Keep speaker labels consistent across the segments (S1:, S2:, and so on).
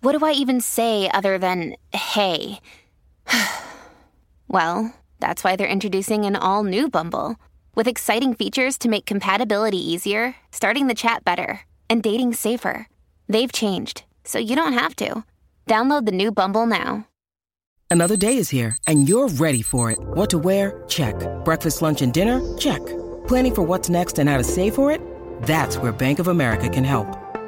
S1: what do I even say other than hey? well, that's why they're introducing an all new Bumble with exciting features to make compatibility easier, starting the chat better, and dating safer. They've changed, so you don't have to. Download the new Bumble now.
S2: Another day is here, and you're ready for it. What to wear? Check. Breakfast, lunch, and dinner? Check. Planning for what's next and how to save for it? That's where Bank of America can help.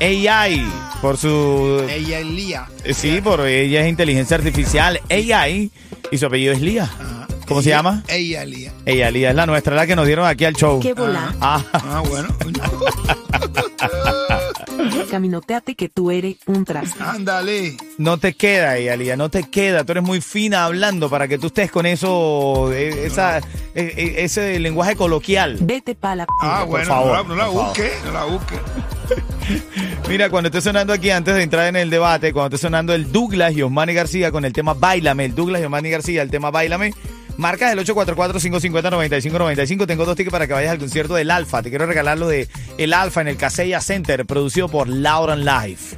S3: AI. Por su. eh,
S4: Ella es Lía.
S3: Sí, por ella es inteligencia artificial. AI. Y su apellido es Lía. ¿Cómo se
S4: Ella-
S3: llama?
S4: Ella es Lía.
S3: Ella, Lía, es la nuestra, la que nos dieron aquí al show.
S5: Qué volá.
S3: Ah,
S4: Ah, bueno.
S5: Caminoteate que tú eres un traste.
S4: Ándale.
S3: no te queda, ella, Lía, no te queda. Tú eres muy fina hablando para que tú estés con eso, eh, esa, eh, eh, ese lenguaje coloquial.
S5: Vete pa' la... p-
S4: Ah,
S3: Por
S4: bueno.
S3: favor,
S4: no la- no la,
S3: por favor.
S4: busque, no la busque.
S3: Mira, cuando esté sonando aquí, antes de entrar en el debate, cuando esté sonando el Douglas y Osmani García con el tema Bailame, el Douglas y Osmani García, el tema Bailame, marcas el 844-550-9595. Tengo dos tickets para que vayas al concierto del Alfa. Te quiero regalar lo de El Alfa en el Casella Center, producido por Lauren Life.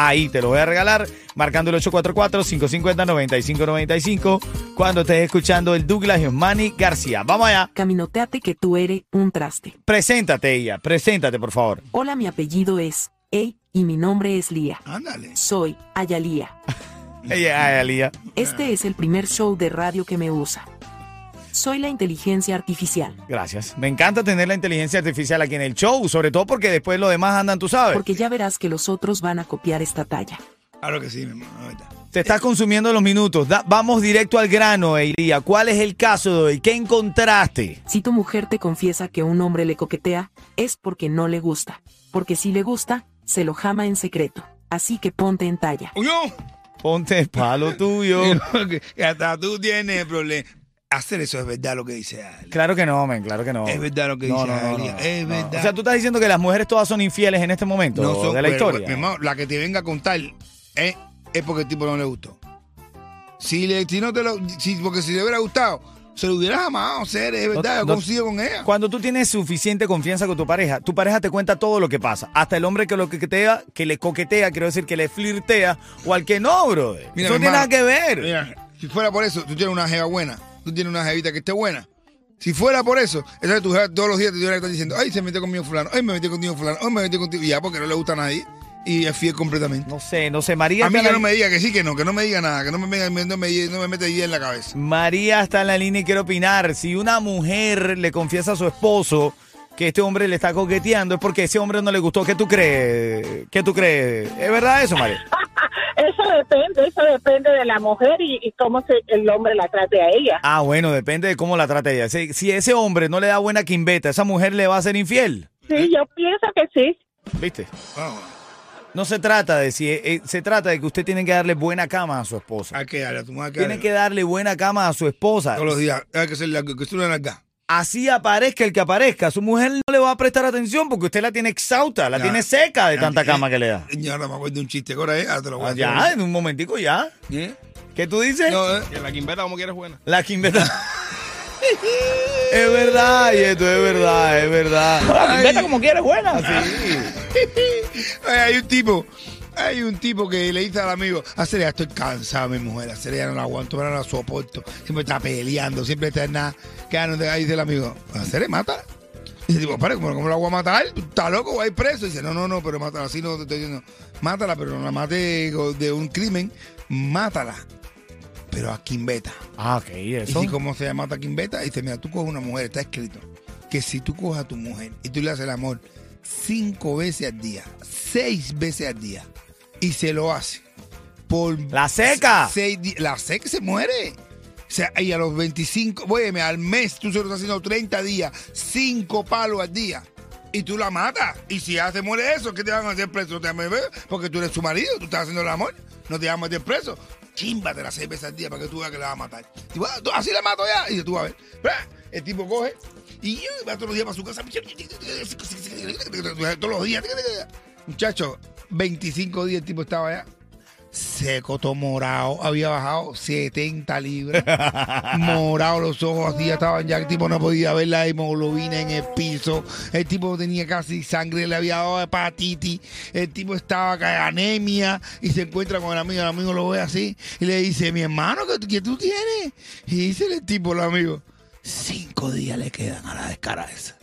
S3: Ahí te lo voy a regalar, marcando el 844-550-9595, cuando estés escuchando el Douglas y Osmani García. Vamos allá,
S5: Caminoteate que tú eres un traste.
S3: preséntate ella, preséntate por favor.
S5: Hola, mi apellido es Ey y mi nombre es Lía.
S4: Ándale.
S5: Soy Ayalía.
S3: Ella, ay, Alía. Ah.
S5: Este es el primer show de radio que me usa. Soy la inteligencia artificial,
S3: Gracias. Me encanta tener la inteligencia artificial aquí en el show, sobre todo porque después los demás andan, tú sabes.
S5: porque ya verás que los otros van a copiar esta talla.
S4: Claro que sí, mi hermano. ahorita.
S3: Te estás consumiendo los minutos. Da- vamos directo al grano, Eiría. ¿Cuál es el caso de hoy? ¿Qué encontraste?
S5: Si tu mujer te confiesa que un hombre le coquetea, es porque no le gusta. Porque si le gusta, se lo jama en secreto. Así que ponte en talla.
S4: ¡Uy, no!
S3: Ponte el palo tuyo.
S4: Que Hasta tú tienes problema. Hacer eso es verdad lo que dice Ali.
S3: Claro que no, men, claro que no.
S4: Es verdad lo que
S3: No,
S4: dice
S3: no, no,
S4: Alía.
S3: no,
S4: Es
S3: no.
S4: verdad.
S3: O sea, tú estás diciendo que las mujeres todas son infieles en este momento de la
S4: pero,
S3: historia.
S4: Mi hermano, la que te venga a contar eh, es porque el tipo no le gustó. Si, le, si no te lo. Si, porque si le hubiera gustado, se lo hubieras amado, ser, es verdad.
S3: no-
S4: yo consigo con ella.
S3: Cuando tú tienes suficiente confianza con tu pareja, tu pareja te cuenta todo lo que pasa. Hasta el hombre que lo coquetea, que le coquetea, quiero decir, que le flirtea, o al que no, brother.
S4: Mira,
S3: Eso no tiene
S4: mi hermano,
S3: nada que ver.
S4: Mira, si fuera por eso, tú tienes una jeva buena. Tú tienes una jevita que esté buena. Si fuera por eso, esa es tu jeva todos los días te tuviera que estar diciendo, ay, se metió conmigo fulano, ay, me metió contigo fulano, ay, me metió contigo. Y ya, porque no le gusta a nadie. Y es fiel completamente.
S3: No sé, no sé. María,
S4: a mí
S3: está
S4: que
S3: en
S4: no
S3: la-
S4: me diga que sí, que no, que no me diga nada, que no me, venga- no me, no me mete idea en la cabeza.
S3: María está en la línea y quiere opinar. Si una mujer le confiesa a su esposo que este hombre le está coqueteando, es porque ese hombre no le gustó. ¿Qué tú crees? ¿Qué tú crees? ¿Es verdad eso, María?
S6: Eso depende, eso depende de la mujer y, y cómo se, el hombre la trate a ella.
S3: Ah, bueno, depende de cómo la trate ella. Si, si ese hombre no le da buena quimbeta, ¿esa mujer le va a ser infiel?
S6: Sí, yo pienso que sí.
S3: ¿Viste?
S4: Vamos,
S3: No se trata de si... eh, se trata de que usted tiene que darle buena cama a su esposa.
S4: hay que darle, tú me vas a
S3: Tiene
S4: quedar
S3: que darle buena cama a su esposa.
S4: todos los días, hay que ser la que es una larga.
S3: así aparezca el que aparezca, su mujer no le va a prestar atención porque usted la tiene exhausta, la
S4: Ya.
S3: tiene seca de
S4: Ya,
S3: tanta
S4: eh,
S3: cama que le da.
S4: Yo ahora me acuerdo de un chiste, que ahora es, ahora te lo voy a
S3: Ah,
S4: hacer.
S3: ya, en un momentico ya.
S4: ¿Eh?
S3: ¿Qué tú dices?
S4: No, eh,
S7: Que la quimbeta como quieres buena.
S3: La Quimbeta. es verdad, y esto es verdad, es verdad. La Quimbeta como quieres, buena.
S4: Ay, hay un tipo, hay un tipo que le dice al amigo, hacer estoy cansado, mi mujer, hacer ya no la aguanto, no la soporto, siempre está peleando, siempre está en nada. Que no te ahí dice el amigo, hacer mata. Dice tipo, padre, ¿cómo, ¿cómo la voy a matar? ¿Tú ¿Estás loco? ¿Vas a ir preso? dice, no, no, no, pero mátala, así no te estoy diciendo. Mátala, pero no la mate de un crimen, mátala. pero a Quimbeta.
S3: Ah, ok,
S4: Y
S3: eso.
S4: si cómo se llama otra Quimbeta, dice, mira, tú coges una mujer, está escrito, que si tú coges a tu mujer y tú le haces el amor cinco veces al día, seis veces al día, y se lo hace por...
S3: ¡La seca!
S4: seis di- la seca se muere. O sea, y a los 25, óyeme, al mes tú solo estás haciendo 30 días, cinco palos al día. Y tú la matas. Y si ya se muere eso, ¿qué te van a hacer preso? No te van a meter preso, porque tú eres su marido, tú estás haciendo el amor. No te van a meter preso. Chímbate las seis veces al día para que tú veas que la vas a matar. Y bueno, tú, así la mato ya. Y tú vas a ver. Bra, El tipo coge y va todos los días para su casa. Todos los días. Muchacho, 25 días el tipo estaba allá seco, todo morado, había bajado 70 libras, morado los ojos, así ya estaban ya, el tipo no podía ver la hemoglobina en el piso, el tipo tenía casi sangre, le había dado hepatitis, el tipo estaba con anemia y se encuentra con el amigo, el amigo lo ve así y le dice, mi hermano, ¿qué, qué tú tienes? Y dice el tipo, el amigo, cinco días le quedan a la descara esa.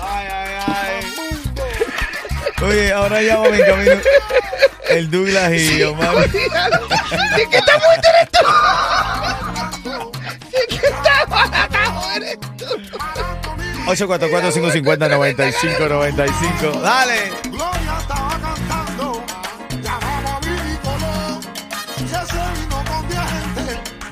S3: Ay, ay, ay. Oye, ahora llamo a mi camino. El Douglas y yo, mami.
S4: ¿De qué está muerto eres tú? ¿De qué está muerto eres tú?
S3: 844-550-9595. Dale.
S7: Gloria estaba cantando, ya va a morir y coló. Ya se vino con 10 gente,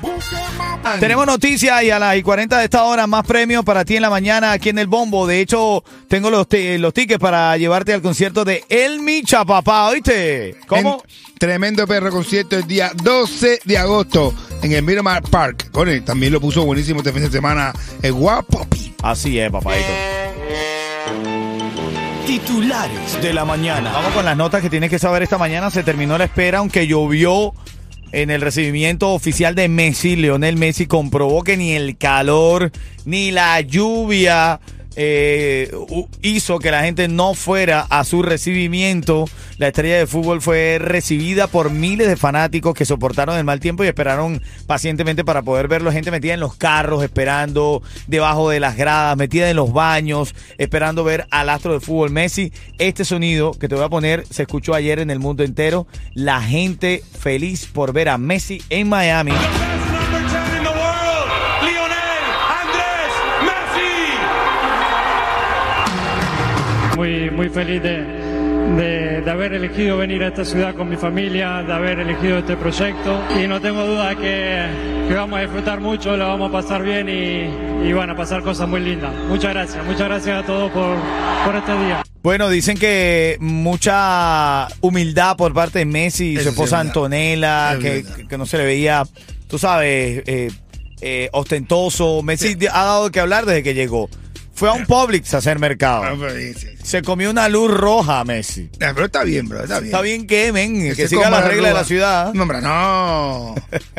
S7: busquen más
S3: Tenemos noticias y a las y 40 de esta hora más premios para ti en la mañana aquí en el Bombo. De hecho, tengo los, ti- los tickets para llevarte al concierto de Elmi Chapapá, ¿oíste? ¿Cómo?
S4: En tremendo perro concierto el día 12 de agosto en el Miramar Park. Con él también lo puso buenísimo este fin de semana el Guapopi.
S3: Así es, papadito. Titulares de la mañana. Vamos con las notas que tienes que saber esta mañana. Se terminó la espera, aunque llovió en el recibimiento oficial de Messi. Leonel Messi comprobó que ni el calor ni la lluvia eh, hu- hizo que la gente no fuera a su recibimiento. La estrella de fútbol fue recibida por miles de fanáticos que soportaron el mal tiempo y esperaron pacientemente para poder verlo. Gente metida en los carros, esperando debajo de las gradas, metida en los baños, esperando ver al astro del fútbol Messi. Este sonido que te voy a poner se escuchó ayer en el mundo entero. La gente feliz por ver a Messi en Miami.
S8: Muy, muy feliz de, de- de haber elegido venir a esta ciudad con mi familia, de haber elegido este proyecto y no tengo duda que, que vamos a disfrutar mucho, la vamos a pasar bien y, y van a pasar cosas muy lindas. Muchas gracias, muchas gracias a todos por, por este día.
S3: Bueno, dicen que mucha humildad por parte de Messi y
S4: Eso
S3: su
S4: sí es
S3: esposa
S4: verdad.
S3: Antonella,
S4: Es
S3: que,
S4: verdad.
S3: que- que no se le veía, tú sabes, eh, eh, ostentoso. Messi ha dado que hablar desde que llegó. Fue a un Publix a hacer
S4: Ah.
S3: mercado. Se comió una luz roja, Messi.
S4: Pero está bien, bro, está bien.
S3: Está bien que, men,
S4: Ese
S3: que siga
S4: coma
S3: las reglas de
S4: ruda.
S3: la ciudad.
S4: No, hombre, no.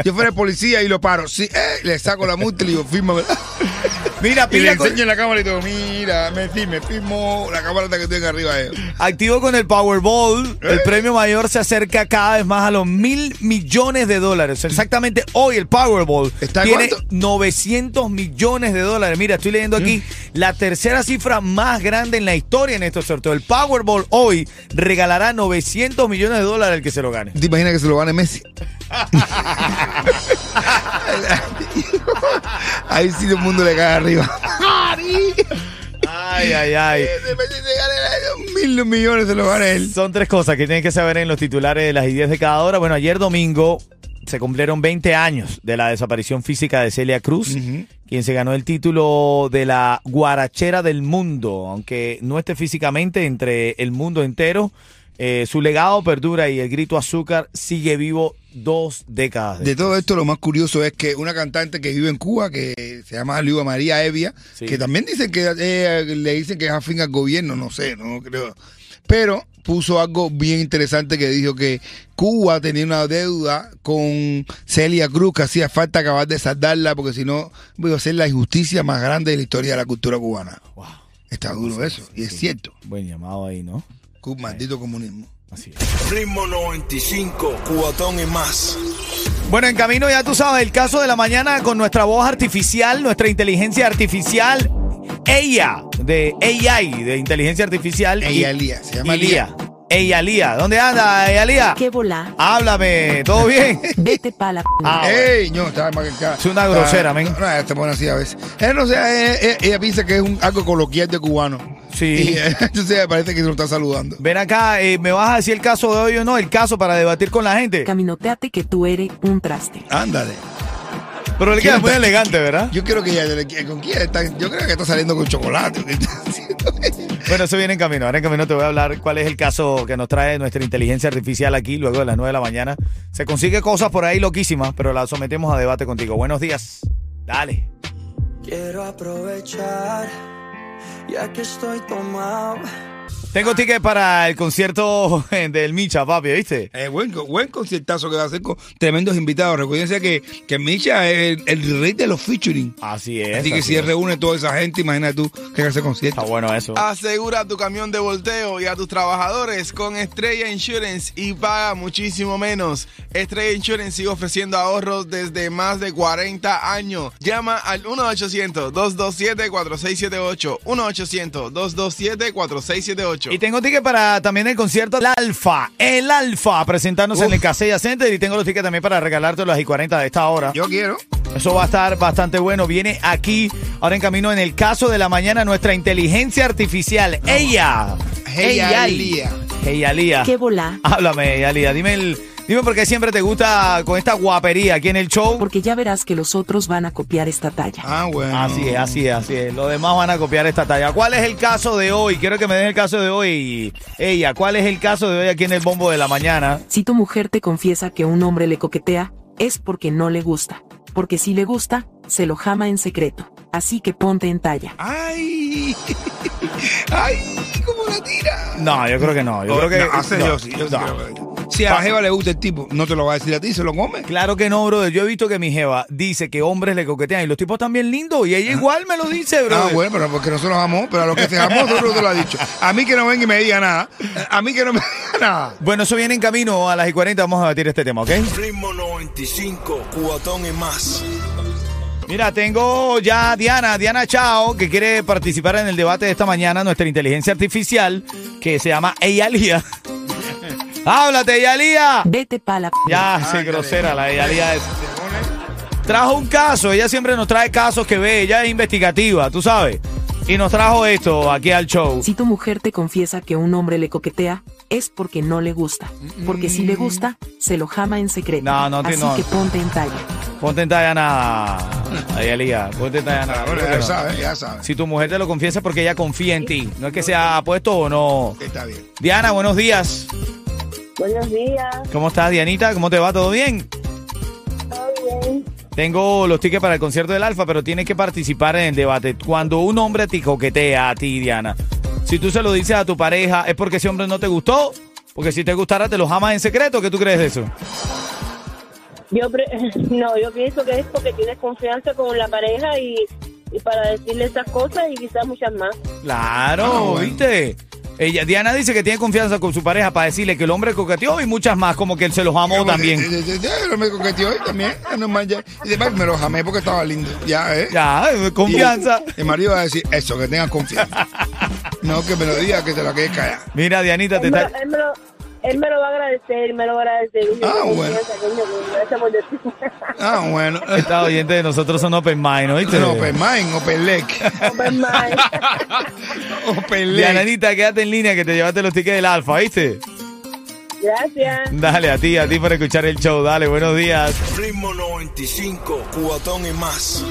S4: Yo fuera policía y lo paro. Sí, eh, le saco la multa y le digo, fírmame.
S3: Mira,
S4: Y le
S3: pila con-
S4: enseño en la cámara y digo, mira, me, sí, me firmo la cámara que tengo arriba de él.
S3: Activo con el Powerball, el premio mayor se acerca cada vez más a los mil millones de dólares. Exactamente hoy el Powerball
S4: ¿Está
S3: tiene
S4: cuánto?
S3: 900 millones de dólares. Mira, estoy leyendo aquí la tercera cifra más grande en la historia en estos sorteos. El Powerball hoy regalará 900 millones de dólares al que se lo gane.
S4: ¿Te imaginas que se lo gane Messi? Ahí sí todo el mundo le cae arriba.
S3: Ay, ay, ay.
S4: Ese Messi se gana mil millones, se lo gana él.
S3: Son tres cosas que tienen que saber en los titulares de las y 10 de cada hora. Bueno, ayer domingo se cumplieron 20 años de la desaparición física de Celia Cruz, quien se ganó el título de la guarachera del mundo, aunque no esté físicamente entre el mundo entero. eh, su legado perdura y el grito azúcar sigue vivo dos décadas.
S4: De todo esto, lo más curioso es que una cantante que vive en Cuba, que se llama Luisa María Evia,
S3: Sí.
S4: que también dicen que eh, le dicen que es afín al gobierno, no sé, no creo. Pero puso algo bien interesante que dijo que Cuba tenía una deuda con Celia Cruz, que hacía falta acabar de saldarla, porque si no, iba a ser la injusticia más grande de la historia de la cultura cubana.
S3: Wow.
S4: Está duro eso, y es cierto.
S3: Buen llamado ahí, ¿no?
S4: Cu- Maldito comunismo.
S3: Así es.
S7: Ritmo 95, cubatón y más.
S3: Bueno, en camino ya tú sabes el caso de la mañana con nuestra voz artificial, nuestra inteligencia artificial, ella, de AI, de inteligencia artificial.
S4: Ella Lía, se llama
S3: y Lía. Eyalía. ¿Dónde anda, Eyalía?
S5: ¿Qué volá?
S3: Háblame, ¿todo bien?
S5: Vete pa' la... p-
S3: Ah, bueno.
S4: ¡Ey! No, está más que cara.
S3: Es una grosera, men.
S4: No, ella te pone así a veces. Ella no sé, ella, ella- ella piensa que es un, algo coloquial de cubano.
S3: Sí.
S4: Y, eh, entonces ella parece que se lo está saludando.
S3: Ven acá, eh, ¿me vas a decir el caso de hoy o no? El caso para debatir con la gente.
S5: Caminoteate que tú eres un traste.
S4: Ándale.
S3: Pero le queda muy elegante, ¿verdad?
S4: Yo creo que ella, ¿con quién está? Yo creo que está saliendo con chocolate. ¿Qué está haciendo ella?
S3: Bueno, eso viene en camino. Ahora en camino te voy a hablar cuál es el caso que nos trae nuestra inteligencia artificial aquí luego de las 9 de la mañana. Se consigue cosas por ahí loquísimas, pero las sometemos a debate contigo. Buenos días. Dale.
S9: Quiero aprovechar, ya que estoy tomado.
S3: Tengo ticket para el concierto del Micha, papi, ¿viste?
S4: Eh, buen, buen conciertazo que va a hacer con tremendos invitados. Recuérdense que, que Micha es el, el rey de los featuring.
S3: Así es.
S4: Así que si él reúne toda esa gente, imagina tú que hace concierto.
S3: Está bueno eso.
S9: Asegura tu camión de volteo y a tus trabajadores con Estrella Insurance y paga muchísimo menos. Estrella Insurance sigue ofreciendo ahorros desde más de 40 años. Llama al 1-800-227-4678. 1-800-227-4678.
S3: Y tengo ticket para también el concierto El Alfa, El Alfa, presentándose en el Casella Center. Y tengo los tickets también para regalarte las y 40 de esta hora.
S4: Yo quiero.
S3: Eso va a estar bastante bueno. Viene aquí, ahora en camino, en el caso de la mañana, nuestra inteligencia artificial. Ella.
S4: Hey, Alía.
S3: Ella Lía.
S5: ¿Qué volá?
S3: Háblame, Ella Lía. Dime, el, dime por qué siempre te gusta con esta guapería aquí en el show.
S5: Porque ya verás que los otros van a copiar esta talla.
S4: Ah, bueno.
S3: Así es, así es, así es. Los demás van a copiar esta talla. ¿Cuál es el caso de hoy? Quiero que me den el caso de hoy. Ella, ¿cuál es el caso de hoy aquí en el bombo de la mañana?
S5: Si tu mujer te confiesa que un hombre le coquetea, es porque no le gusta. Porque si le gusta, se lo jama en secreto. Así que ponte en talla.
S4: ¡Ay! ¡Ay! ¡Cómo la tira!
S3: No, yo creo que no. Yo creo que.
S4: Oh, No, hace
S3: no,
S4: yo sí, yo sí
S3: no.
S4: creo que- Si a la jeva le gusta el tipo, no te lo va a decir a ti, se lo come.
S3: Claro que no, brother. Yo he visto que mi jeva dice que hombres le coquetean y los tipos están bien lindos y ella igual me lo dice, bro.
S4: Ah, bueno, pero porque nosotros amamos, pero a los que se amó, nosotros te lo ha dicho. A mí que no venga y me diga nada. A mí que no me diga nada.
S3: Bueno, eso viene en camino. A las y 40 vamos a debatir este tema, ¿ok?
S7: Ritmo 95, cuatón y más.
S3: Mira, tengo ya a Diana, Diana Chao, que quiere participar en el debate de esta mañana, nuestra inteligencia artificial, que se llama Eyalía. ¡Háblate, Eyalía!
S5: Vete pa' la... p-
S3: Ya, sí, grosera la Eyalía es. Trajo un caso, ella siempre nos trae casos que ve, ella es investigativa, tú sabes. Y nos trajo esto aquí al show.
S5: Si tu mujer te confiesa que un hombre le coquetea, es porque no le gusta. Porque si le gusta, se lo jama en secreto.
S3: Mm. No, no te-
S5: Así
S3: no.
S5: que ponte en talla.
S3: Ponte en Diana. Ayalía, ponte en Diana.
S4: Ah, Bueno, ya sabes, ya sabes.
S3: Si tu mujer te lo confiesa porque ella confía en ti. No es que sea apuesto o no.
S4: Está bien.
S3: Diana, buenos días.
S6: Buenos días,
S3: ¿Cómo estás, Dianita? ¿Cómo te va? ¿Todo bien?
S6: todo bien.
S3: Tengo los tickets para el concierto del Alfa, pero tienes que participar en el debate. Cuando un hombre te coquetea a ti, Diana, si tú se lo dices a tu pareja, ¿es porque ese hombre no te gustó? Porque si te gustara, te lo amas en secreto. ¿Qué tú crees de eso?
S6: Yo pre- no, yo pienso que es porque tienes confianza con la pareja y, y para decirle esas cosas y quizás muchas más.
S3: Claro,
S4: Ah, bueno.
S3: ¿viste? Ella, Diana dice que tiene confianza con su pareja para decirle que el hombre coqueteó y muchas más, como que él se los amó también.
S4: Eh, eh, eh, eh, me coqueteó hoy también. Ah, no manches. Y además me lo jamé porque estaba lindo. Ya, ¿eh?
S3: Ya, eh,
S4: Y-
S3: confianza.
S4: Y Mario va a decir eso, que tengas confianza. No que me lo diga, que te la quedes callada.
S3: Mira, Dianita, te
S6: Él me,
S3: está...
S6: lo- él me lo, él me lo va a agradecer, me lo va a agradecer. Yo
S4: Ah,
S6: tengo
S4: bueno.
S6: confianza, coño, que me hace molestar.
S4: Ah, bueno.
S3: Esta oyente de nosotros son open mind, ¿oíste?
S4: No, open mind, open leg.
S6: Open mind.
S4: Open leg.
S3: Dianita, quédate en línea que te llevaste los tickets del Alfa, ¿viste?
S6: Gracias.
S3: Dale, a ti, a ti por escuchar el show. Dale, buenos días.
S7: Ritmo 95, cuatón y más.